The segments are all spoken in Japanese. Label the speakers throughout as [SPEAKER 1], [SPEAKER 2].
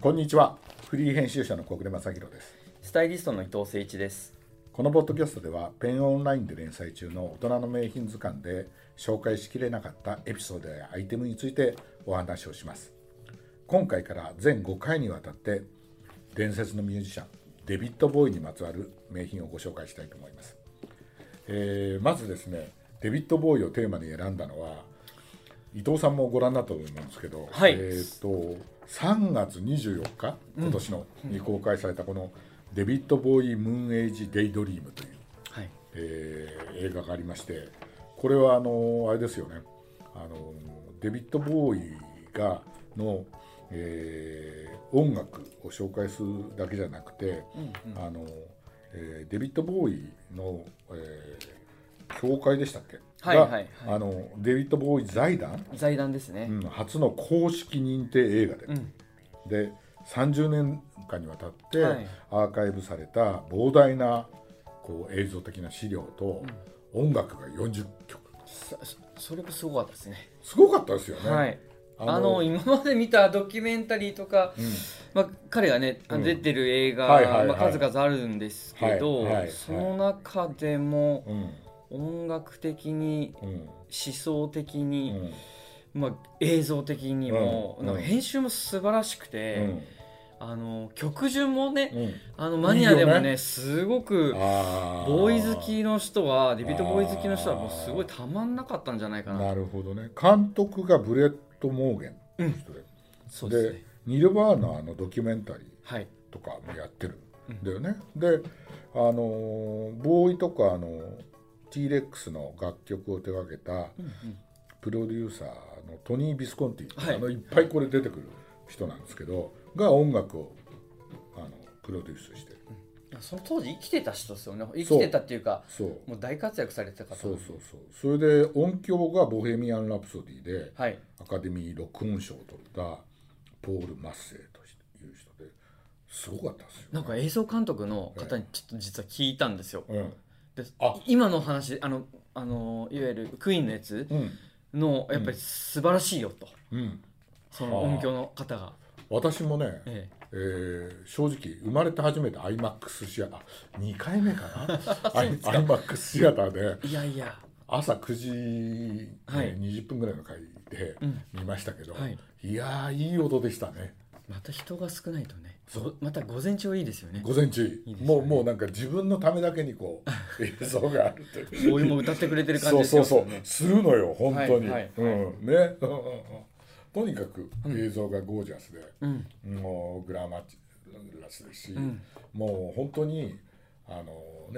[SPEAKER 1] こんにちはフリー編集者の小暮正弘です
[SPEAKER 2] スタイリストの伊藤誠一です。
[SPEAKER 1] このポッドキャストではペンオンラインで連載中の大人の名品図鑑で紹介しきれなかったエピソードやアイテムについてお話をします今回から全5回にわたって伝説のミュージシャンデビッド・ボーイにまつわる名品をご紹介したいと思います、えーまずですねデビッド・ボーイをテーマに選んだのは伊藤さんもご覧になったと思うんですけど、
[SPEAKER 2] はい
[SPEAKER 1] えー、と3月24日今年のに公開されたこの「デビッド・ボーイ・ムーン・エイジ・デイ・ドリーム」という、
[SPEAKER 2] はい。
[SPEAKER 1] えー映画がありましてこれはあのあれですよねあのデビッド・ボーイがの、えー音楽を紹介するだけじゃなくて、あのえーデビッド・ボーイの、えー協会でしたっけ
[SPEAKER 2] はいはい
[SPEAKER 1] が
[SPEAKER 2] はい
[SPEAKER 1] あのデビッド・ボーイ財団、
[SPEAKER 2] 財団ですね。
[SPEAKER 1] うん初の公式認定映画で、
[SPEAKER 2] ん
[SPEAKER 1] で30年間にわたって
[SPEAKER 2] はい
[SPEAKER 1] アーカイブされた膨大なこう映像的な資料と音楽が40曲
[SPEAKER 2] そそそれもすごかったですね。
[SPEAKER 1] すごかったですよね、
[SPEAKER 2] はい。
[SPEAKER 1] あ
[SPEAKER 2] あ
[SPEAKER 1] の
[SPEAKER 2] の今まで見たドキュメンタリーとか、まあ、彼がね、あの出てる映画、
[SPEAKER 1] はいはいはい
[SPEAKER 2] まあ、数々あるんですけ
[SPEAKER 1] は
[SPEAKER 2] ど、
[SPEAKER 1] いはいはい
[SPEAKER 2] その中でも
[SPEAKER 1] うん
[SPEAKER 2] 音楽的に
[SPEAKER 1] うん
[SPEAKER 2] 思想的
[SPEAKER 1] う
[SPEAKER 2] に、
[SPEAKER 1] ん
[SPEAKER 2] まあ、映像的にも、
[SPEAKER 1] うん
[SPEAKER 2] なんか編集も素晴らしく
[SPEAKER 1] う
[SPEAKER 2] て、
[SPEAKER 1] ん
[SPEAKER 2] あの曲順もね、
[SPEAKER 1] うん
[SPEAKER 2] あのマニア
[SPEAKER 1] い
[SPEAKER 2] でも
[SPEAKER 1] いよ
[SPEAKER 2] ね
[SPEAKER 1] ね
[SPEAKER 2] すごく
[SPEAKER 1] あー
[SPEAKER 2] ボーイ好きの人はデビッド・ボーイ好きの人はもうすごいたまんなかったんじゃないかな
[SPEAKER 1] なるほどね監督がブレット・モーゲンっていう人で,、
[SPEAKER 2] そうですね
[SPEAKER 1] ニルバーナーのドキュメンタリー
[SPEAKER 2] はい
[SPEAKER 1] とかもやってるんだよね。であのーボーイとかあの t レックスの楽曲を手掛けたプロデューサーのトニー・ビスコンティ、
[SPEAKER 2] はい
[SPEAKER 1] あのいっぱいこれ出てくる人なんですけどが音楽をあのプロデュースしてる。
[SPEAKER 2] その当時生きてた人ですよね生きてたっていうか
[SPEAKER 1] そう
[SPEAKER 2] もう大活躍されてた方
[SPEAKER 1] そうそうそうそれで音響が「ボヘミアン・ラプソディ」で
[SPEAKER 2] はい
[SPEAKER 1] アカデミーロックオン賞を取ったポール・マッセイという人ですごかったですよ、ね。
[SPEAKER 2] なんか映像監督の方にちょっと実は聞いたんですよ
[SPEAKER 1] うん
[SPEAKER 2] で
[SPEAKER 1] あ
[SPEAKER 2] 今の話あのあのいわゆるクイーンのやつ
[SPEAKER 1] うん
[SPEAKER 2] のやっぱり素晴らしいよと
[SPEAKER 1] うん、
[SPEAKER 2] その音響の方が
[SPEAKER 1] 私もね、
[SPEAKER 2] え
[SPEAKER 1] えー正直生まれて初めて iMAX シアター2回目か な iMAX シアターで
[SPEAKER 2] えいやいや
[SPEAKER 1] 朝9時、ね
[SPEAKER 2] はい
[SPEAKER 1] 20分ぐらいの回で
[SPEAKER 2] うん
[SPEAKER 1] 見ましたけど、
[SPEAKER 2] はい
[SPEAKER 1] い、やーいい音でしたね
[SPEAKER 2] また人が少ないとね
[SPEAKER 1] そう
[SPEAKER 2] また午前中いいですよね
[SPEAKER 1] 午前中
[SPEAKER 2] いいですね
[SPEAKER 1] もうもうなんか自分のためだけにこ う映像があるという。
[SPEAKER 2] お湯も歌ってくれてる感じ
[SPEAKER 1] そう
[SPEAKER 2] です
[SPEAKER 1] そ
[SPEAKER 2] よ
[SPEAKER 1] うそうするのよ本当に、
[SPEAKER 2] はいはい
[SPEAKER 1] うんねとにかく映像がゴージャスで、
[SPEAKER 2] うん
[SPEAKER 1] もうグラマチラスですし、
[SPEAKER 2] ん
[SPEAKER 1] もう本当にあの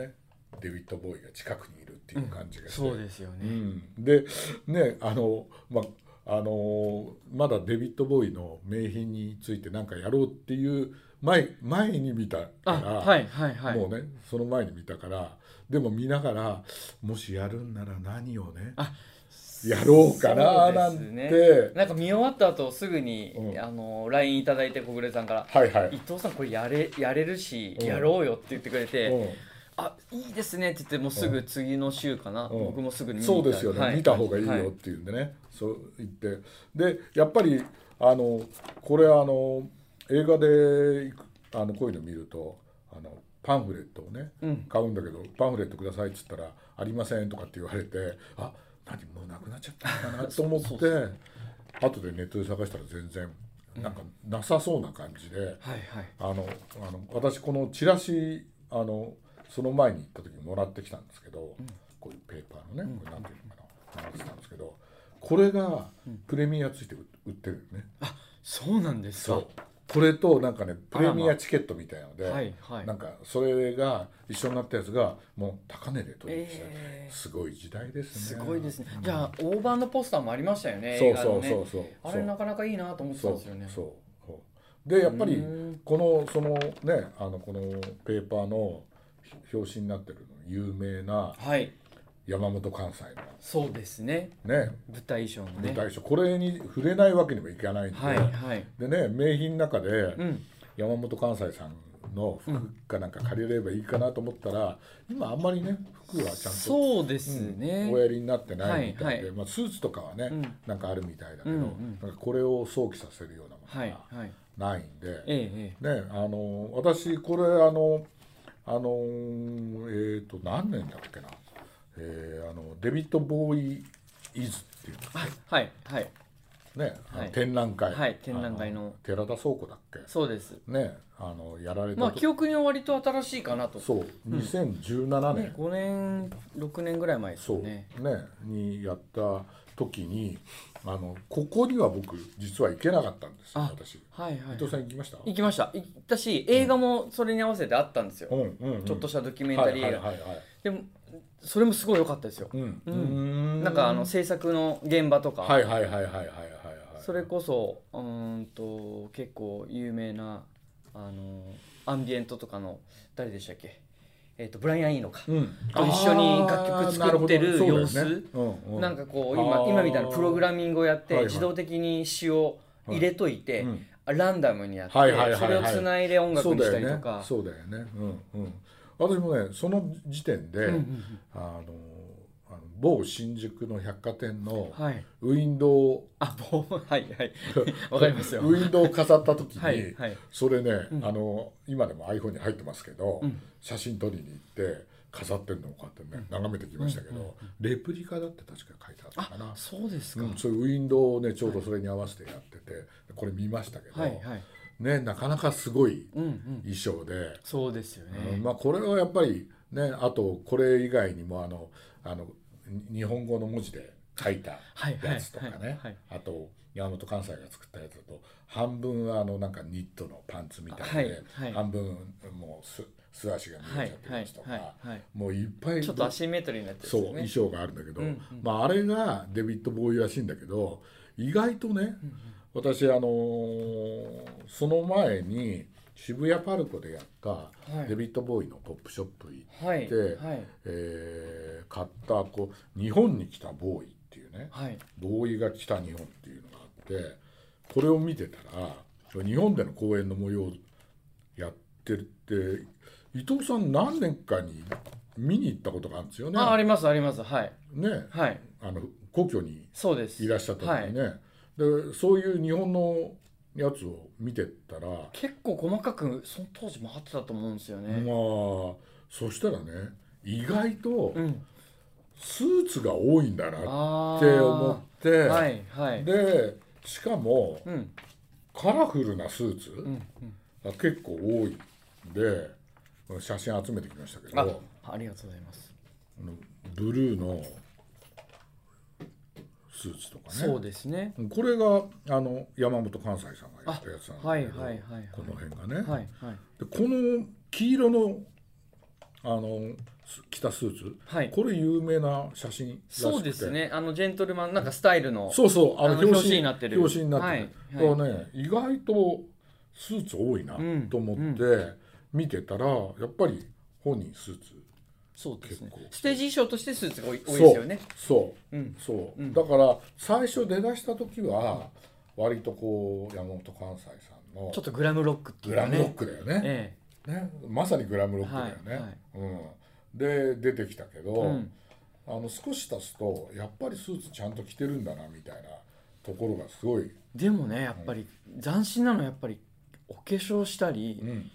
[SPEAKER 1] ねデビッド・ボーイが近くにいるっていう感じがして、
[SPEAKER 2] そうですよ
[SPEAKER 1] う
[SPEAKER 2] ね
[SPEAKER 1] んでねあのまああのまだデビッド・ボーイの名品について何かやろうっていう前前に見たか
[SPEAKER 2] あ
[SPEAKER 1] ら、
[SPEAKER 2] はいはいはい
[SPEAKER 1] もうねその前に見たからでも見ながらもしやるんなら何をね
[SPEAKER 2] あ
[SPEAKER 1] やろうかなな
[SPEAKER 2] そ
[SPEAKER 1] ん
[SPEAKER 2] う
[SPEAKER 1] て、
[SPEAKER 2] ですねなんか見終わった後すぐに、
[SPEAKER 1] うん
[SPEAKER 2] あの LINE いただいて小暮さんから
[SPEAKER 1] はいは
[SPEAKER 2] 「伊
[SPEAKER 1] い。
[SPEAKER 2] 藤さんこれやれやれるし、
[SPEAKER 1] うん
[SPEAKER 2] やろうよ」って言ってくれて「
[SPEAKER 1] うん
[SPEAKER 2] あいいですね」って言ってもうすぐ次の週かな、
[SPEAKER 1] うん
[SPEAKER 2] 僕もすぐに見に
[SPEAKER 1] そ
[SPEAKER 2] 行
[SPEAKER 1] う
[SPEAKER 2] った
[SPEAKER 1] ですよね、
[SPEAKER 2] はい
[SPEAKER 1] 見た方がいい
[SPEAKER 2] は
[SPEAKER 1] よっていうんでね、そう言ってでやっぱりあのこれあの映画でいくあのこういうの見るとあのパンフレットをね、
[SPEAKER 2] うん
[SPEAKER 1] 買うんだけどパンフレットくださいっつったら「ありません」とかって言われてあ何もうなくなっちゃったのかなと思って後でネットで探したら全然なんかなさそうな感じで。
[SPEAKER 2] はいはい
[SPEAKER 1] あのあの私このチラシあのその前に行った時にもらってきたんですけど、こういうペーパーのねこれなんていうのかなもらってきたんですけどこれがプレミアついて売売ってるよね、
[SPEAKER 2] そうなんですか
[SPEAKER 1] これとなんかねプレ
[SPEAKER 2] あ
[SPEAKER 1] ミ
[SPEAKER 2] ら
[SPEAKER 1] ア
[SPEAKER 2] ま
[SPEAKER 1] チケットみたいので、
[SPEAKER 2] はいはい
[SPEAKER 1] なんかそれが一緒になったやつがもう高値で取引して、
[SPEAKER 2] えー
[SPEAKER 1] すごい時代です
[SPEAKER 2] す
[SPEAKER 1] ね
[SPEAKER 2] ごいですね、じゃあ大判のポスターもありましたよね
[SPEAKER 1] そう
[SPEAKER 2] 映画のね
[SPEAKER 1] そうそうそう
[SPEAKER 2] あれなかなかいいなと思って
[SPEAKER 1] そ
[SPEAKER 2] たん
[SPEAKER 1] う
[SPEAKER 2] ですよね
[SPEAKER 1] そうそうでやっぱり
[SPEAKER 2] うん
[SPEAKER 1] このそのねあのこのペーパーの表紙になってるの有名な
[SPEAKER 2] はい
[SPEAKER 1] 山本関西
[SPEAKER 2] そうですね
[SPEAKER 1] のね
[SPEAKER 2] 舞台衣装のね
[SPEAKER 1] 舞台書これに触れないわけにもいかないんで、
[SPEAKER 2] はいはい
[SPEAKER 1] でね名品の中で
[SPEAKER 2] うん
[SPEAKER 1] 山本関西さんの服かなんか借りればいいかなと思ったら、今あんまりね服はちゃんと
[SPEAKER 2] そうですね、
[SPEAKER 1] おやりになってないみたいで、
[SPEAKER 2] はいは
[SPEAKER 1] まあ、スーツとかはね、
[SPEAKER 2] うん
[SPEAKER 1] なんかあるみたいだけど、
[SPEAKER 2] うんうん
[SPEAKER 1] なんかこれを想起させるようなも
[SPEAKER 2] はい
[SPEAKER 1] の
[SPEAKER 2] はい
[SPEAKER 1] がないんで、
[SPEAKER 2] えええ
[SPEAKER 1] ねあの私これあのあのえっ、と何年だっけな、えーあのデビッド・ボーイ・イズっていう
[SPEAKER 2] えはいはい
[SPEAKER 1] ね、あの
[SPEAKER 2] はい
[SPEAKER 1] 展覧会、
[SPEAKER 2] はい展覧会の
[SPEAKER 1] あ寺田倉庫だっけ
[SPEAKER 2] そうです
[SPEAKER 1] ねあのやられた
[SPEAKER 2] まあ
[SPEAKER 1] と
[SPEAKER 2] 記憶に割と新しいかなと
[SPEAKER 1] そう2017年、
[SPEAKER 2] ね、5年6年ぐらい前です
[SPEAKER 1] そ
[SPEAKER 2] よ
[SPEAKER 1] う
[SPEAKER 2] ね
[SPEAKER 1] ねにやった時にあのここには僕実は行けなかったんですよ
[SPEAKER 2] あ
[SPEAKER 1] 私、
[SPEAKER 2] はいは
[SPEAKER 1] 伊
[SPEAKER 2] い
[SPEAKER 1] 藤さん行きました
[SPEAKER 2] 行きました行ったし映画もそれに合わせてあったんですよ、
[SPEAKER 1] うんうんうん
[SPEAKER 2] ちょっとしたドキュメンタリー映画、
[SPEAKER 1] はいはいはいはい
[SPEAKER 2] でもそれもすごい良かったですよ、
[SPEAKER 1] うん
[SPEAKER 2] う
[SPEAKER 1] うん
[SPEAKER 2] なんかあの制作の現場とか、
[SPEAKER 1] はいはいはいはいはいはいはい
[SPEAKER 2] それこそうーんと結構有名なあのアンビエントとかの誰でしたっけえっ、とブライアン・イーノか、
[SPEAKER 1] うん
[SPEAKER 2] と一緒に楽曲作ってる様子
[SPEAKER 1] あーなるほどそうだよねうう
[SPEAKER 2] なんかこう
[SPEAKER 1] あ
[SPEAKER 2] 今
[SPEAKER 1] ー
[SPEAKER 2] 今みたいなプログラミングをやっ
[SPEAKER 1] はい
[SPEAKER 2] て
[SPEAKER 1] はい
[SPEAKER 2] 自動的に詞を入れといて、
[SPEAKER 1] うん
[SPEAKER 2] ランダムにやって、
[SPEAKER 1] はいはいはいはい
[SPEAKER 2] それをつないで音楽にしたりとか
[SPEAKER 1] そうだよねそうだよねうんうん私もねその時点で、
[SPEAKER 2] うんうんうん
[SPEAKER 1] あのあの某新宿の百貨店の
[SPEAKER 2] はい
[SPEAKER 1] ウィンドウを
[SPEAKER 2] あもうはい はいわかりますよ
[SPEAKER 1] ウィンドウを飾った時に、
[SPEAKER 2] はいはい
[SPEAKER 1] それね、あの今でも iPhone に入ってますけど、
[SPEAKER 2] ん
[SPEAKER 1] 写真撮りに行って飾ってるのをこうやってね眺めてきましたけど、レプリカだって確か書いてあったかな
[SPEAKER 2] あそうですか、
[SPEAKER 1] うん、そういうウィンドウをねちょうどそれに合わせてやってて、これ見ましたけど、
[SPEAKER 2] はいはい
[SPEAKER 1] ね、なかなかすごい
[SPEAKER 2] うんうん
[SPEAKER 1] 衣装で、
[SPEAKER 2] そうですよ
[SPEAKER 1] う
[SPEAKER 2] ね、
[SPEAKER 1] んまあ、これはやっぱりねあとこれ以外にもあのあのに日本語の文字で書いた
[SPEAKER 2] はい
[SPEAKER 1] やつとかね、
[SPEAKER 2] はいはいはい
[SPEAKER 1] あと山本関西が作ったやつだと半分はあのなんかニットのパンツみたいで、
[SPEAKER 2] はいはい
[SPEAKER 1] 半分もうす素足が見えちゃってるやつとか、
[SPEAKER 2] はいはいはいはい
[SPEAKER 1] もういっぱい
[SPEAKER 2] ちょっとアシンメトリーになってるん
[SPEAKER 1] そう
[SPEAKER 2] で
[SPEAKER 1] 衣
[SPEAKER 2] す
[SPEAKER 1] 装があるんだけど、
[SPEAKER 2] うんうん
[SPEAKER 1] まあ、あれがデビッド・ボーイらしいんだけど意外とね、私あのーその前に渋谷パルコでやった
[SPEAKER 2] い
[SPEAKER 1] デビッド・ボーイのポップショップ行って、
[SPEAKER 2] はいはい
[SPEAKER 1] えー買ったこう日本に来たボーイっていうね
[SPEAKER 2] はい
[SPEAKER 1] ボーイが来た日本っていうのがあってこれを見てたら日本での公演の模様をやってるって伊藤さん何年かに見に行ったことがあるんですよね。
[SPEAKER 2] あありますありますはい
[SPEAKER 1] ね
[SPEAKER 2] はい
[SPEAKER 1] あの故郷に
[SPEAKER 2] そうです
[SPEAKER 1] いらっしゃった時にね、でそういう日本のやつを見てったら、
[SPEAKER 2] 結構細かくその当時回ってたと思うんですよね、
[SPEAKER 1] まあそしたらね意外と
[SPEAKER 2] うん、
[SPEAKER 1] スーツが多いんだなっ
[SPEAKER 2] あ
[SPEAKER 1] て思って、
[SPEAKER 2] てはいはい
[SPEAKER 1] でしかも
[SPEAKER 2] うん
[SPEAKER 1] カラフルなスーツ
[SPEAKER 2] うんうん
[SPEAKER 1] が結構多いんで写真集めてきましたけど
[SPEAKER 2] あ
[SPEAKER 1] あ
[SPEAKER 2] ありがとうございます、
[SPEAKER 1] のブルーのスーツとかね
[SPEAKER 2] そうですね
[SPEAKER 1] これがあの山本関西さんがやったやつなん
[SPEAKER 2] は
[SPEAKER 1] だ
[SPEAKER 2] い
[SPEAKER 1] けど、
[SPEAKER 2] はいはい
[SPEAKER 1] この辺がね、
[SPEAKER 2] はいはい
[SPEAKER 1] でこの黄色のあのす着たスーツ、
[SPEAKER 2] はい
[SPEAKER 1] これ有名な写真らしくて
[SPEAKER 2] そうですねあのジェントルマンなんかスタイルの
[SPEAKER 1] そうそうあの
[SPEAKER 2] あの
[SPEAKER 1] 表紙
[SPEAKER 2] 表紙になってる
[SPEAKER 1] 表紙になってる、
[SPEAKER 2] はいはい
[SPEAKER 1] だからね意外とスーツ多いな
[SPEAKER 2] うん
[SPEAKER 1] と思って見てたら、やっぱり本人スーツ
[SPEAKER 2] そうですね
[SPEAKER 1] 結構
[SPEAKER 2] ステージ衣装としてスーツが多い多いですよね
[SPEAKER 1] そうそう、
[SPEAKER 2] うん
[SPEAKER 1] そう
[SPEAKER 2] うん
[SPEAKER 1] だから最初出だした時は割とこう山本関西さんの
[SPEAKER 2] ちょっとグラムロックってい
[SPEAKER 1] グ
[SPEAKER 2] う
[SPEAKER 1] ラ
[SPEAKER 2] かね
[SPEAKER 1] ムロックだよね
[SPEAKER 2] え
[SPEAKER 1] ね、まさにグラムロックだよね。うん、で出てきたけど、
[SPEAKER 2] えうん
[SPEAKER 1] あの少し経つとやっぱりスーツちゃんと着てるんだなみたいなところがすごい、
[SPEAKER 2] でもねやっぱり斬新なのはやっぱりお化粧したり、
[SPEAKER 1] うん、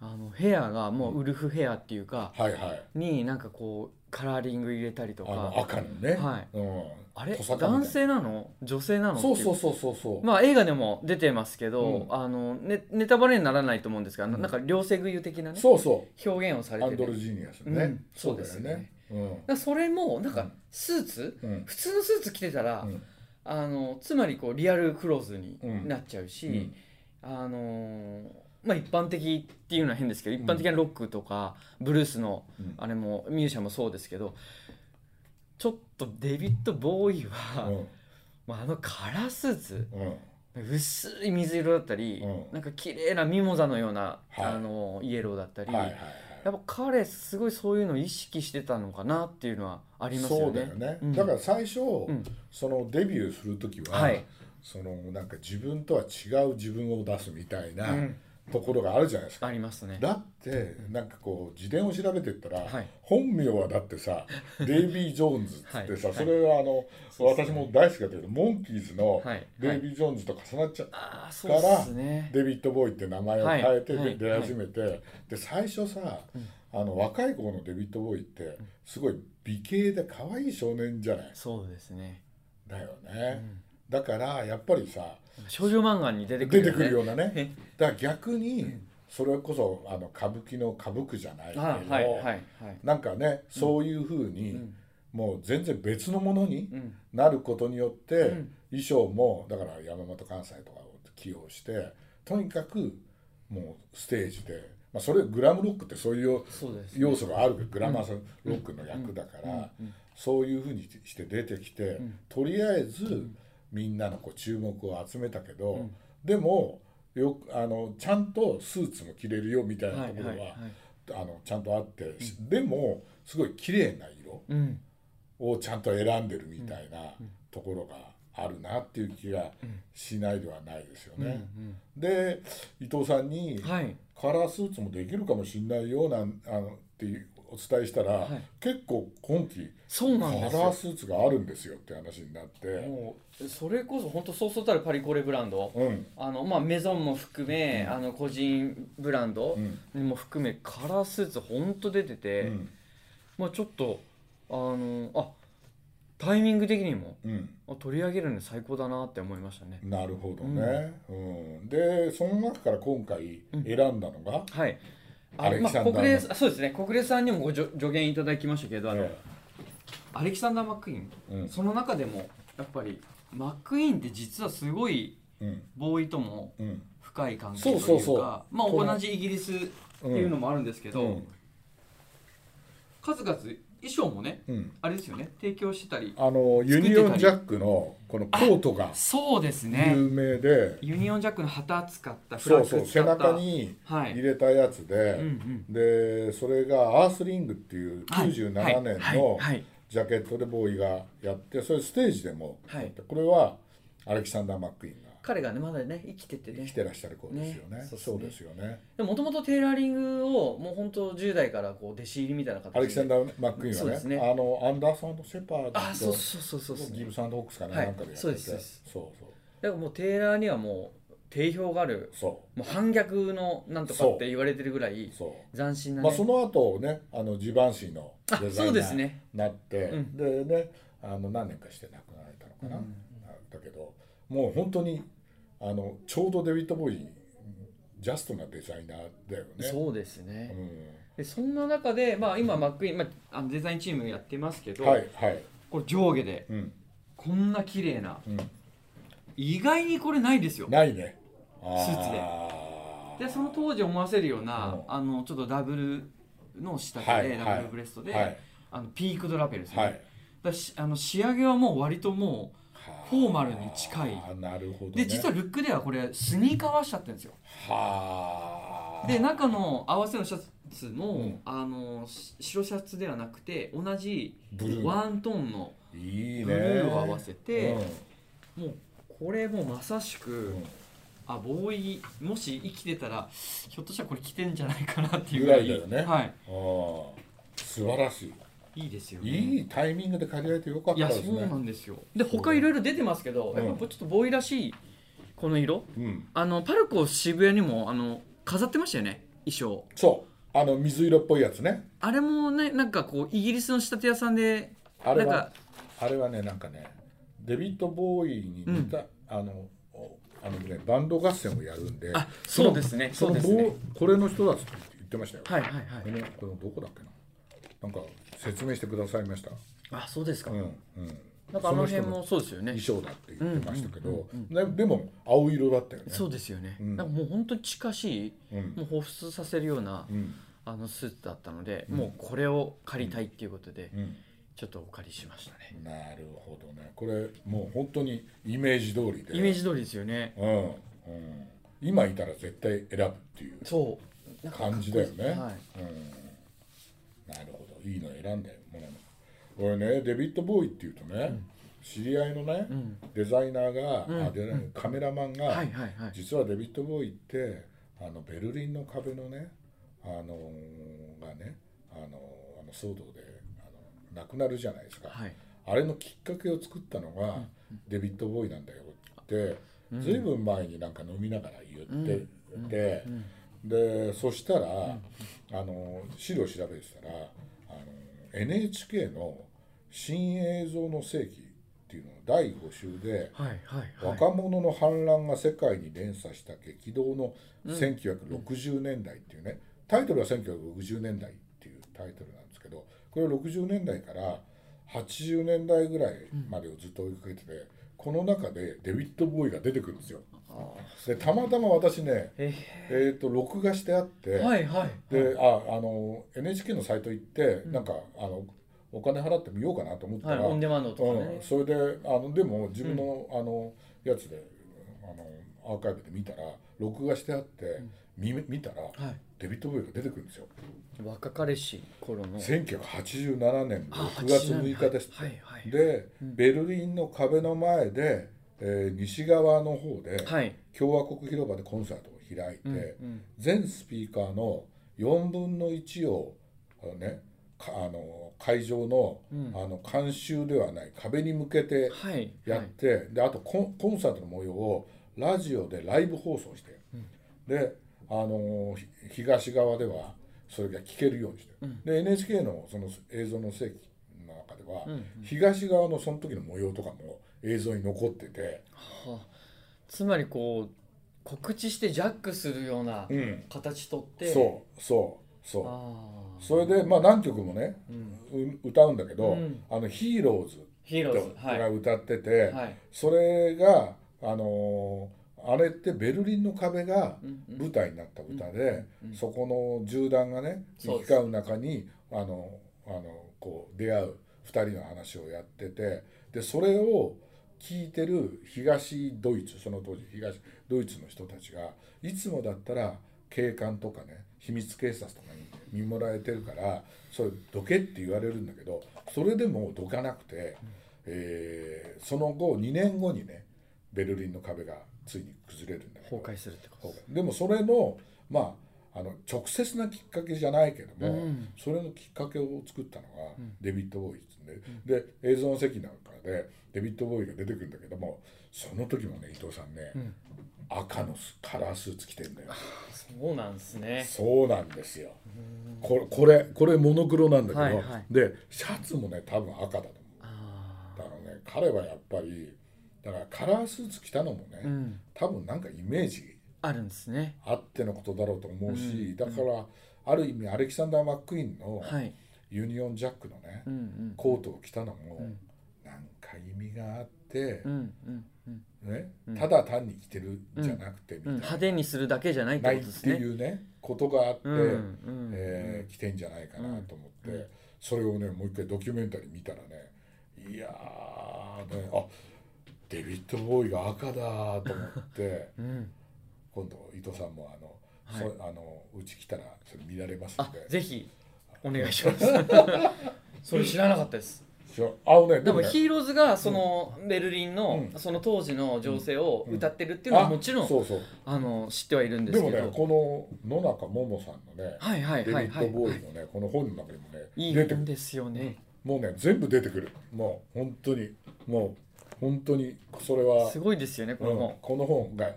[SPEAKER 2] あのヘアがもうウルフヘアっていうか、
[SPEAKER 1] はいはい
[SPEAKER 2] になんかこうカラーリング入れたりと
[SPEAKER 1] あ
[SPEAKER 2] か
[SPEAKER 1] の赤のね、
[SPEAKER 2] はい
[SPEAKER 1] うん、
[SPEAKER 2] あれ
[SPEAKER 1] トサカみたいな
[SPEAKER 2] 男性なの女性なの
[SPEAKER 1] そう
[SPEAKER 2] ってい
[SPEAKER 1] そうそうそうそう、
[SPEAKER 2] まあ映画でも出てますけど、
[SPEAKER 1] う
[SPEAKER 2] あのネネタバレにならないと思うんですが、あのなんか両性具有的なね
[SPEAKER 1] そうそ
[SPEAKER 2] 表現をさ
[SPEAKER 1] う
[SPEAKER 2] れ
[SPEAKER 1] ア
[SPEAKER 2] て
[SPEAKER 1] ン
[SPEAKER 2] て
[SPEAKER 1] ド
[SPEAKER 2] だ
[SPEAKER 1] ル
[SPEAKER 2] か
[SPEAKER 1] ジーニアスね、
[SPEAKER 2] うんそうですよね
[SPEAKER 1] そうだよね、
[SPEAKER 2] らそれもなんかスーツ、
[SPEAKER 1] うんうん
[SPEAKER 2] 普通のスーツ着てたら、
[SPEAKER 1] うん
[SPEAKER 2] あのつまりこうリアルクローズに
[SPEAKER 1] うん
[SPEAKER 2] なっちゃうし、
[SPEAKER 1] うん
[SPEAKER 2] あのーまあ一般的っていうのは変ですけど一般的なロックとかブルースの
[SPEAKER 1] うん
[SPEAKER 2] あれもミュージシャンもそうですけどちょっとデビッド・ボーイは、まあ、あのカラースーツ
[SPEAKER 1] うんうん
[SPEAKER 2] 薄い水色だったり、
[SPEAKER 1] うん
[SPEAKER 2] なんか綺麗なミモザのような、
[SPEAKER 1] はい
[SPEAKER 2] あのイエローだったり、
[SPEAKER 1] はいはいはい
[SPEAKER 2] やっぱ彼すごいそういうのを意識してたのかなっていうのはありますよね。
[SPEAKER 1] そうだよね、
[SPEAKER 2] うん
[SPEAKER 1] だから最初、
[SPEAKER 2] ん
[SPEAKER 1] そのデビューする時は、
[SPEAKER 2] はい
[SPEAKER 1] そのなんか自分とは違う自分を出すみたいな
[SPEAKER 2] うん
[SPEAKER 1] ところがあるじゃないですか。
[SPEAKER 2] ありますね
[SPEAKER 1] だってなんかこう自伝を調べてったら、
[SPEAKER 2] はい
[SPEAKER 1] 本名はだって さデイビー・ジョーンズっつってさ、
[SPEAKER 2] はい
[SPEAKER 1] それはあの、
[SPEAKER 2] そうで
[SPEAKER 1] 私
[SPEAKER 2] すね
[SPEAKER 1] も大好きだったけどモンキーズの
[SPEAKER 2] はい
[SPEAKER 1] デイビー・ジョーンズと重なっちゃう、
[SPEAKER 2] ああそうですね
[SPEAKER 1] デビッド・ボーイって名前を変えてで、
[SPEAKER 2] はいはい
[SPEAKER 1] 出始めて、で最初さ、あの若い頃のデビッド・ボーイってすごい美形で可愛い少年じゃない
[SPEAKER 2] そうですね
[SPEAKER 1] だよね、だからやっぱりさ
[SPEAKER 2] 少女漫画に出てく
[SPEAKER 1] 出
[SPEAKER 2] る
[SPEAKER 1] て
[SPEAKER 2] よ
[SPEAKER 1] く
[SPEAKER 2] ね
[SPEAKER 1] るようなね だから逆にそれこそあの歌舞伎の歌舞伎じゃないけど、
[SPEAKER 2] あはいはいはい
[SPEAKER 1] なんかねそういうふうに、
[SPEAKER 2] うん
[SPEAKER 1] もう全然別のものに
[SPEAKER 2] うん
[SPEAKER 1] なることによって、
[SPEAKER 2] うん
[SPEAKER 1] 衣装もだから山本関西とかを起用してとにかくもうステージで、まあ、それグラムロックってそういう
[SPEAKER 2] そうです
[SPEAKER 1] 要素があるけどグラマーさんロックの役だから、そういうふうにして出てきて、とりあえず、みんなのこう注目を集めたけど、でもよくあのちゃんとスーツも着れるよみたいなところは、
[SPEAKER 2] はいはいはい
[SPEAKER 1] あのちゃんとあって、でもすごい綺麗な色
[SPEAKER 2] うん
[SPEAKER 1] をちゃんと選んでるみたいなところがあるなっていう気がしないではないですよ
[SPEAKER 2] うんう
[SPEAKER 1] ね。
[SPEAKER 2] ん
[SPEAKER 1] で伊藤さんに、
[SPEAKER 2] はい
[SPEAKER 1] カラースーツもできるかもしれないよなんあのっていうお伝えしたら、
[SPEAKER 2] い
[SPEAKER 1] 結構今期
[SPEAKER 2] そう
[SPEAKER 1] カ
[SPEAKER 2] な
[SPEAKER 1] ラ
[SPEAKER 2] んです
[SPEAKER 1] ー
[SPEAKER 2] よ
[SPEAKER 1] スーツがあるんですよって話になって、
[SPEAKER 2] もうそれこそ本当そうそうたるパリコレブランド
[SPEAKER 1] うん
[SPEAKER 2] あのまあメゾンも含め、あの個人ブランド
[SPEAKER 1] うん
[SPEAKER 2] も含め、カラースーツほんと出てて、
[SPEAKER 1] うん
[SPEAKER 2] まあちょっとあのあタイミング的にも
[SPEAKER 1] うん、
[SPEAKER 2] あ取り上げるの最高だなって思いましたね、
[SPEAKER 1] なるほどね、うんでその中から今回選んだのが、
[SPEAKER 2] はい
[SPEAKER 1] アレキサンダー
[SPEAKER 2] まあ、国連そうですね国連さんにもご助助言いただきましたけどあの、
[SPEAKER 1] え
[SPEAKER 2] アレキサンダー・マックイーン、
[SPEAKER 1] えうん
[SPEAKER 2] その中でもやっぱりマックイーンって実はすごい
[SPEAKER 1] うん
[SPEAKER 2] ボーイとも
[SPEAKER 1] うん
[SPEAKER 2] 深い関係
[SPEAKER 1] そ
[SPEAKER 2] といううか
[SPEAKER 1] そうそう
[SPEAKER 2] まあ、
[SPEAKER 1] この
[SPEAKER 2] 同じイギリスっていうのもあるんですけど、
[SPEAKER 1] うん
[SPEAKER 2] 数々衣装もね
[SPEAKER 1] うん
[SPEAKER 2] あれですよね提供してたり
[SPEAKER 1] あのユニオンジャックのこのコートが
[SPEAKER 2] そうですね
[SPEAKER 1] 有名で、
[SPEAKER 2] ユニオンジャックの旗使ったフ
[SPEAKER 1] そ
[SPEAKER 2] ラ
[SPEAKER 1] う
[SPEAKER 2] ッ
[SPEAKER 1] そ
[SPEAKER 2] グ
[SPEAKER 1] う
[SPEAKER 2] 使
[SPEAKER 1] 背
[SPEAKER 2] った
[SPEAKER 1] 中に
[SPEAKER 2] はい
[SPEAKER 1] 入れたやつで、
[SPEAKER 2] うんうん
[SPEAKER 1] でそれがアースリングっていう
[SPEAKER 2] はい
[SPEAKER 1] 97年
[SPEAKER 2] はい
[SPEAKER 1] の
[SPEAKER 2] はい
[SPEAKER 1] ジャケットでボーイがやってそれステージでも
[SPEAKER 2] はい
[SPEAKER 1] やってこれはアレキサンダー・マックイーンが
[SPEAKER 2] 彼がねまだね生きててね
[SPEAKER 1] 来てらっしゃる子ですよね
[SPEAKER 2] ね
[SPEAKER 1] そ
[SPEAKER 2] そうう
[SPEAKER 1] で
[SPEAKER 2] です
[SPEAKER 1] よね
[SPEAKER 2] でもともとテーラーリングをもう本当10代からこう弟子入りみたいな形で
[SPEAKER 1] アレキサンダー・マックイー
[SPEAKER 2] そ
[SPEAKER 1] ンは
[SPEAKER 2] うで
[SPEAKER 1] ね
[SPEAKER 2] すね
[SPEAKER 1] あのアンダーソンとシェパード
[SPEAKER 2] あそう
[SPEAKER 1] と
[SPEAKER 2] そうそうそうそう
[SPEAKER 1] ギブ
[SPEAKER 2] だか
[SPEAKER 1] サンド・ホックスかな、
[SPEAKER 2] はい
[SPEAKER 1] なんかでやってて
[SPEAKER 2] そうですそうです
[SPEAKER 1] そうそう
[SPEAKER 2] らもうテーラーにはもう定評がある
[SPEAKER 1] そ
[SPEAKER 2] もう反逆のなんとかって言われてるぐらいう
[SPEAKER 1] そう
[SPEAKER 2] 斬新なね、
[SPEAKER 1] まあ、その後ねあのジバンシーのデザ
[SPEAKER 2] あそ
[SPEAKER 1] イナ
[SPEAKER 2] うで
[SPEAKER 1] ー
[SPEAKER 2] す
[SPEAKER 1] に
[SPEAKER 2] ね
[SPEAKER 1] なって、
[SPEAKER 2] うん
[SPEAKER 1] でねあの何年かして亡くなられたのかな、
[SPEAKER 2] うん
[SPEAKER 1] だけどもう本当にあのちょうどデビッド・ボーイジャストなデザイナーだよね。
[SPEAKER 2] そうですね、
[SPEAKER 1] う
[SPEAKER 2] でそんな中で、まあ、今マックイーン、まあ、あのデザインチームやってますけど、
[SPEAKER 1] ん、はいはい、
[SPEAKER 2] これ上下で
[SPEAKER 1] うん
[SPEAKER 2] こんな綺麗な
[SPEAKER 1] うん、
[SPEAKER 2] 意外にこれないですよ
[SPEAKER 1] ないねス
[SPEAKER 2] ーツででその当時思わせるような、
[SPEAKER 1] うん
[SPEAKER 2] あのちょっとダブルの仕立てで、
[SPEAKER 1] はいはい
[SPEAKER 2] ダブルブレストで、
[SPEAKER 1] はい
[SPEAKER 2] あのピークドラペルですね、
[SPEAKER 1] はい
[SPEAKER 2] だしあの仕上げはもう割ともフォーマルに近い
[SPEAKER 1] あーなるほど、
[SPEAKER 2] う
[SPEAKER 1] ね、
[SPEAKER 2] で実はルックではこれスニーカーはしちゃってるんですよ
[SPEAKER 1] はあ
[SPEAKER 2] で中の合わせのシャツも、
[SPEAKER 1] うん
[SPEAKER 2] あのし白シャツではなくて同じ
[SPEAKER 1] ブルー
[SPEAKER 2] ワントーンの
[SPEAKER 1] いいね
[SPEAKER 2] ブルーを合わせて
[SPEAKER 1] うん
[SPEAKER 2] もうこれもうまさしく、
[SPEAKER 1] うん
[SPEAKER 2] あボーイもし生きてたらひょっとしたらこれ着てんじゃないかなっていうぐらい
[SPEAKER 1] ぐらいだよね
[SPEAKER 2] はい、
[SPEAKER 1] あー素晴らしい
[SPEAKER 2] いいですよね
[SPEAKER 1] いいタイミングで借りられてよかっ
[SPEAKER 2] い
[SPEAKER 1] た
[SPEAKER 2] や
[SPEAKER 1] で
[SPEAKER 2] そ
[SPEAKER 1] すね。
[SPEAKER 2] うなんですよで他いろいろ出てますけど、
[SPEAKER 1] うん
[SPEAKER 2] やっぱちょっとボーイらしいこの色
[SPEAKER 1] うん、
[SPEAKER 2] あのパルコ渋谷にもあの飾ってましたよね衣装
[SPEAKER 1] そう、あの水色っぽいやつね。
[SPEAKER 2] あれもねなんかこうイギリスの仕立て屋さんで
[SPEAKER 1] あれ
[SPEAKER 2] な
[SPEAKER 1] は
[SPEAKER 2] んか
[SPEAKER 1] あれはね、なんかね、デビッドボーイに似た、あの。おあのね、バンド合戦をやるんで。
[SPEAKER 2] あ
[SPEAKER 1] の
[SPEAKER 2] そうですね
[SPEAKER 1] その
[SPEAKER 2] そうですね
[SPEAKER 1] ボーこれの人だっつって言ってましたよ。
[SPEAKER 2] はいはいは
[SPEAKER 1] こ
[SPEAKER 2] い
[SPEAKER 1] の、このどこだっけな。なんか説明してくださいました。
[SPEAKER 2] あそうですか、
[SPEAKER 1] うん、うん。
[SPEAKER 2] なんかあの
[SPEAKER 1] そ人
[SPEAKER 2] 辺もそうですよね
[SPEAKER 1] 衣装だって言ってましたけど、ねでも青色だったよね。
[SPEAKER 2] そうですよね、
[SPEAKER 1] ん
[SPEAKER 2] なんかもう本当に近しい、
[SPEAKER 1] うん
[SPEAKER 2] もう彷彿させるような、
[SPEAKER 1] うん、
[SPEAKER 2] あのスーツだったので、もうこれを借りたいっていうことで、
[SPEAKER 1] うん。
[SPEAKER 2] ちょっとお借りしましたね、
[SPEAKER 1] なるほどね。これもう本当にイメージ通りで。
[SPEAKER 2] イメージ通りですよね
[SPEAKER 1] うん、うん、今いたら絶対選ぶっていう
[SPEAKER 2] そうなんか
[SPEAKER 1] 感じだよね。
[SPEAKER 2] は
[SPEAKER 1] うん、なるほどいいの選んだよもら俺ねデビッド・ボーイっていうとね、知り合いのね、デザイナーが、あデザイナーカメラマンが、
[SPEAKER 2] はいはいはい
[SPEAKER 1] 実はデビッド・ボーイってあのベルリンの壁のねあのーがねあのーあの騒動であの亡くなるじゃないですか、
[SPEAKER 2] はい
[SPEAKER 1] あれのきっかけを作ったのが、デビッド・ボーイなんだよって、ずいぶん前になんか飲みながら言ってて、でそしたら、あの資料調べてたらあの NHK の「新映像の世紀」っていうのの第5週で、
[SPEAKER 2] はいはいはい
[SPEAKER 1] 若者の反乱が世界に連鎖した激動の1960年代っていうね、タイトルは1960年代っていうタイトルなんですけどこれを60年代から80年代ぐらいまでをずっと追いかけてて、この中でデビッド・ボーイが出てくるんですよ。でたまたま私ね、
[SPEAKER 2] え
[SPEAKER 1] えー、と録画してあって、
[SPEAKER 2] はいはい
[SPEAKER 1] でああの NHK のサイト行って、なんかあのお金払ってみようかなと思った
[SPEAKER 2] はい
[SPEAKER 1] ら、
[SPEAKER 2] オンデマンドとか
[SPEAKER 1] うん、
[SPEAKER 2] ね
[SPEAKER 1] それであのでも自分の,、あのやつであのアーカイブで見たら録画してあって、見見たら、
[SPEAKER 2] い
[SPEAKER 1] デビッド・ボーイが出てくるんですよ、
[SPEAKER 2] 若彼氏頃の
[SPEAKER 1] 1987年
[SPEAKER 2] あ
[SPEAKER 1] 6月6日ですって、
[SPEAKER 2] はいはいはい
[SPEAKER 1] で、ベルリンの壁の前で、えー西側の方で、
[SPEAKER 2] はい
[SPEAKER 1] 共和国広場でコンサートを開いて、
[SPEAKER 2] うんうん
[SPEAKER 1] 全スピーカーの4分の1をあの、ね、かあの会場の,、あの監修ではない壁に向けて
[SPEAKER 2] はい
[SPEAKER 1] やって、であとコンコンサートの模様をラジオでライブ放送して、で、あのーひ東側ではそれが聞けるようにして、で NHK のその映像の世紀の中では、東側のその時の模様とかも映像に残ってて、
[SPEAKER 2] はあつまりこう告知してジャックするような
[SPEAKER 1] うん
[SPEAKER 2] 形取って
[SPEAKER 1] そうそうそう
[SPEAKER 2] あー
[SPEAKER 1] それでまあ何曲もね、う歌うんだけど、
[SPEAKER 2] うん
[SPEAKER 1] あのヒーローズ
[SPEAKER 2] ヒーローズはい
[SPEAKER 1] が歌ってて、
[SPEAKER 2] はい
[SPEAKER 1] それがあのーあれってベルリンの壁が舞台になった歌で、そこの銃弾がね
[SPEAKER 2] そ
[SPEAKER 1] 行
[SPEAKER 2] うで
[SPEAKER 1] き
[SPEAKER 2] す
[SPEAKER 1] 交う中にあのあのこう出会う2人の話をやっててでそれを聞いてる東ドイツその当時東ドイツの人たちがいつもだったら警官とかね秘密警察とかに見もらえてるからそれどけって言われるんだけどそれでもどかなくて、えーその後2年後にねベルリンの壁がついに崩れるんだけど
[SPEAKER 2] 崩壊するってことです
[SPEAKER 1] でもそれのまああの直接なきっかけじゃないけども、
[SPEAKER 2] うん
[SPEAKER 1] それのきっかけを作ったのがデビッド・ボーイですね、で映像の席なんかでデビッド・ボーイが出てくるんだけどもその時もね伊藤さんね、赤のスカラースーツ着てんだよ
[SPEAKER 2] そうなんですね
[SPEAKER 1] そうなんですよこれこれこれモノクロなんだけど、
[SPEAKER 2] はいはい
[SPEAKER 1] でシャツもね多分赤だと思う
[SPEAKER 2] あ
[SPEAKER 1] だからね彼はやっぱりだからカラースーツ着たのもね、
[SPEAKER 2] ーうん
[SPEAKER 1] 多分なんかイメージ
[SPEAKER 2] あるんですね
[SPEAKER 1] あってのことだろうと思うし、だからある意味アレキサンダー・マック・イーンの
[SPEAKER 2] はい
[SPEAKER 1] ユニオン・ジャックのね、
[SPEAKER 2] うんうん
[SPEAKER 1] コートを着たのも、なんか意味があって
[SPEAKER 2] う、んうんうん
[SPEAKER 1] ね、ただ単に着てるじゃなくてみ
[SPEAKER 2] う
[SPEAKER 1] たいな、
[SPEAKER 2] ん派手にするだけじゃないって
[SPEAKER 1] な
[SPEAKER 2] こ
[SPEAKER 1] い
[SPEAKER 2] と
[SPEAKER 1] っ
[SPEAKER 2] です
[SPEAKER 1] て
[SPEAKER 2] ね
[SPEAKER 1] いうねことがあって、
[SPEAKER 2] うんうん
[SPEAKER 1] えー来てんじゃないかなと思って、それをねもう一回ドキュメンタリー見たらねいやーねあデビッド・ボーイが赤だと思 って。
[SPEAKER 2] うん
[SPEAKER 1] 今度伊藤さんもあの、
[SPEAKER 2] はい
[SPEAKER 1] そあのうち来たらそれ見られます
[SPEAKER 2] あ
[SPEAKER 1] んで。
[SPEAKER 2] ぜひお願い しますそれ知らなかったです
[SPEAKER 1] しょあのね
[SPEAKER 2] でも
[SPEAKER 1] ね
[SPEAKER 2] ヒーローズがそのベルリンの
[SPEAKER 1] うん
[SPEAKER 2] その当時の情勢を歌ってるっていうのは
[SPEAKER 1] あ
[SPEAKER 2] もちろ
[SPEAKER 1] そ
[SPEAKER 2] ん
[SPEAKER 1] うそう。
[SPEAKER 2] あの知ってはいるんで
[SPEAKER 1] ですも
[SPEAKER 2] け
[SPEAKER 1] ね
[SPEAKER 2] ど
[SPEAKER 1] この野中桃さんのね、
[SPEAKER 2] はいはいはい
[SPEAKER 1] デビ
[SPEAKER 2] は
[SPEAKER 1] ッド・ボー
[SPEAKER 2] い
[SPEAKER 1] イのねこの本の中にもね
[SPEAKER 2] いい
[SPEAKER 1] 出てく
[SPEAKER 2] ん
[SPEAKER 1] る
[SPEAKER 2] ですよね
[SPEAKER 1] もうね全部出てくるもう本当にもう本当にそれは
[SPEAKER 2] すごいですよねこの
[SPEAKER 1] うん
[SPEAKER 2] 本
[SPEAKER 1] この本がい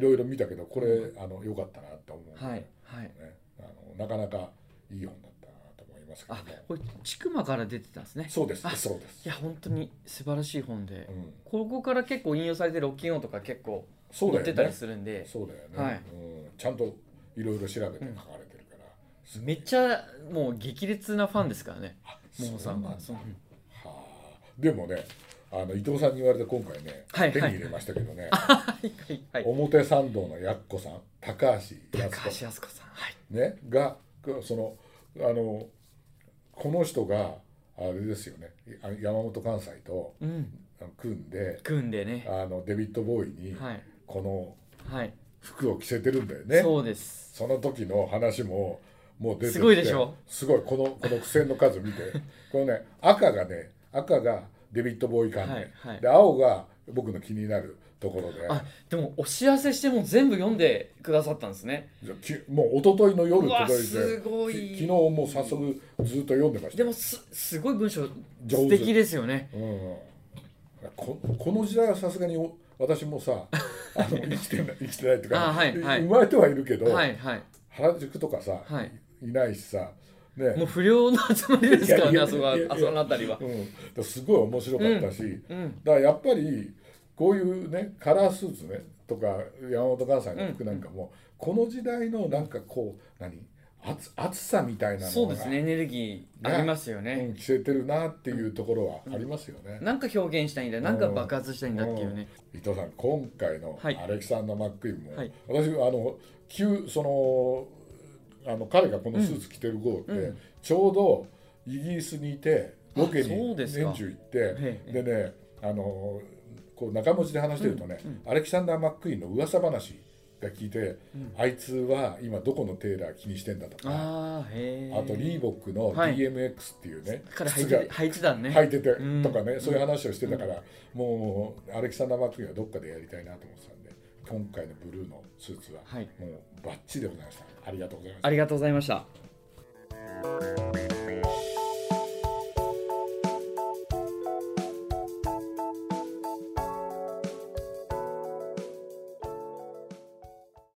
[SPEAKER 1] ろいろ見たけどこれ、あの良かったなと思う、
[SPEAKER 2] はいはい
[SPEAKER 1] ねあのなかなかいい本だったなと思いますけど
[SPEAKER 2] あ
[SPEAKER 1] も
[SPEAKER 2] これちくまから出てたんですね
[SPEAKER 1] そうです
[SPEAKER 2] あ
[SPEAKER 1] そうです
[SPEAKER 2] いや本当に素晴らしい本で
[SPEAKER 1] うん
[SPEAKER 2] ここから結構引用されてるロッキンオンとか結構
[SPEAKER 1] そうだ
[SPEAKER 2] 載
[SPEAKER 1] よ
[SPEAKER 2] っ
[SPEAKER 1] ね
[SPEAKER 2] てたりするんで
[SPEAKER 1] そうだよね、
[SPEAKER 2] はい
[SPEAKER 1] うん、ちゃんといろいろ調べて書かれてるから、す
[SPEAKER 2] めっちゃもう激烈なファンですからね
[SPEAKER 1] そう
[SPEAKER 2] ももさん
[SPEAKER 1] なん
[SPEAKER 2] が
[SPEAKER 1] だ
[SPEAKER 2] その
[SPEAKER 1] はあでもねあの伊藤さんに言われて今回ね、
[SPEAKER 2] はい
[SPEAKER 1] 手に入れましたけどね、
[SPEAKER 2] はいはいはい
[SPEAKER 1] 表参道のやっこさん高橋や
[SPEAKER 2] 高
[SPEAKER 1] す
[SPEAKER 2] 橋靖子さんはい
[SPEAKER 1] 子、ね、がくそのあのこの人があれですよねあ山本関西と
[SPEAKER 2] うん
[SPEAKER 1] あの組んで
[SPEAKER 2] 組んでね
[SPEAKER 1] あのデビッド・ボーイに
[SPEAKER 2] はい
[SPEAKER 1] この
[SPEAKER 2] はい
[SPEAKER 1] 服を着せてるんだよね。
[SPEAKER 2] そうです。
[SPEAKER 1] その時の話ももう出てきて
[SPEAKER 2] すごいでしょ
[SPEAKER 1] すごいこのこの付箋の 数見てこのね赤がね赤がデビッド・ボーイ関連、
[SPEAKER 2] はいはい
[SPEAKER 1] で青が僕の気になるところで
[SPEAKER 2] あでもお知らせしても全部読んでくださったんですね
[SPEAKER 1] じゃあきもう一昨日の夜
[SPEAKER 2] うわ
[SPEAKER 1] 届いて
[SPEAKER 2] すごい
[SPEAKER 1] き昨日もう早速ずっと読んでました
[SPEAKER 2] でもすすごい文章
[SPEAKER 1] 上手
[SPEAKER 2] 素敵ですよね
[SPEAKER 1] うん、ここの時代はさすがにお私も さあの生きてない生きてないっていうか
[SPEAKER 2] あはいはい
[SPEAKER 1] 生まれてはいるけど、
[SPEAKER 2] はいはい
[SPEAKER 1] 原宿とかさ、
[SPEAKER 2] はい
[SPEAKER 1] い、ないしさね
[SPEAKER 2] もう不良の集まりですから
[SPEAKER 1] い
[SPEAKER 2] ね
[SPEAKER 1] や
[SPEAKER 2] あ
[SPEAKER 1] い
[SPEAKER 2] そこ
[SPEAKER 1] や
[SPEAKER 2] はい
[SPEAKER 1] やいや
[SPEAKER 2] あその辺りは
[SPEAKER 1] うん、だからすごい面白かったし、
[SPEAKER 2] うん
[SPEAKER 1] だからやっぱりこういうねカラースーツねとか山本母さんの服なんかも、この時代のなんかこう何暑暑さみたいなのが
[SPEAKER 2] そうですねエネルギーありますよ
[SPEAKER 1] う
[SPEAKER 2] ね
[SPEAKER 1] ん、着せてるなっていうところはありますよね。
[SPEAKER 2] なんか表現したいんだなんか爆発したいんだっていうね
[SPEAKER 1] 伊藤さん今回の
[SPEAKER 2] はい
[SPEAKER 1] アレキサンダー・マックイーンも、
[SPEAKER 2] はい
[SPEAKER 1] 私あの急そのあの彼がこのスーツ着てる頃って、
[SPEAKER 2] うん
[SPEAKER 1] ちょうどイギリスにいてロケに
[SPEAKER 2] あそう
[SPEAKER 1] 年
[SPEAKER 2] ですか
[SPEAKER 1] 中行って
[SPEAKER 2] ええ
[SPEAKER 1] でねあのこう中持ちで話してるとね、アレキサンダー・マックイーンの噂話が聞いて、あいつは今どこのテーラー気にしてんだとかあ
[SPEAKER 2] ああへえ
[SPEAKER 1] とリーボックの
[SPEAKER 2] はい
[SPEAKER 1] DMX っていうね、
[SPEAKER 2] 彼配
[SPEAKER 1] 靴
[SPEAKER 2] 置
[SPEAKER 1] が
[SPEAKER 2] 配置団ね
[SPEAKER 1] 履いてて
[SPEAKER 2] うん
[SPEAKER 1] とかね、そういう話をしてたから、もうアレキサンダー・マックイーンはどっかでやりたいなと思ってたんで今回のブルーのスーツは
[SPEAKER 2] はい
[SPEAKER 1] もうバッチリでございました、ありがとうございました
[SPEAKER 2] ありがとうございました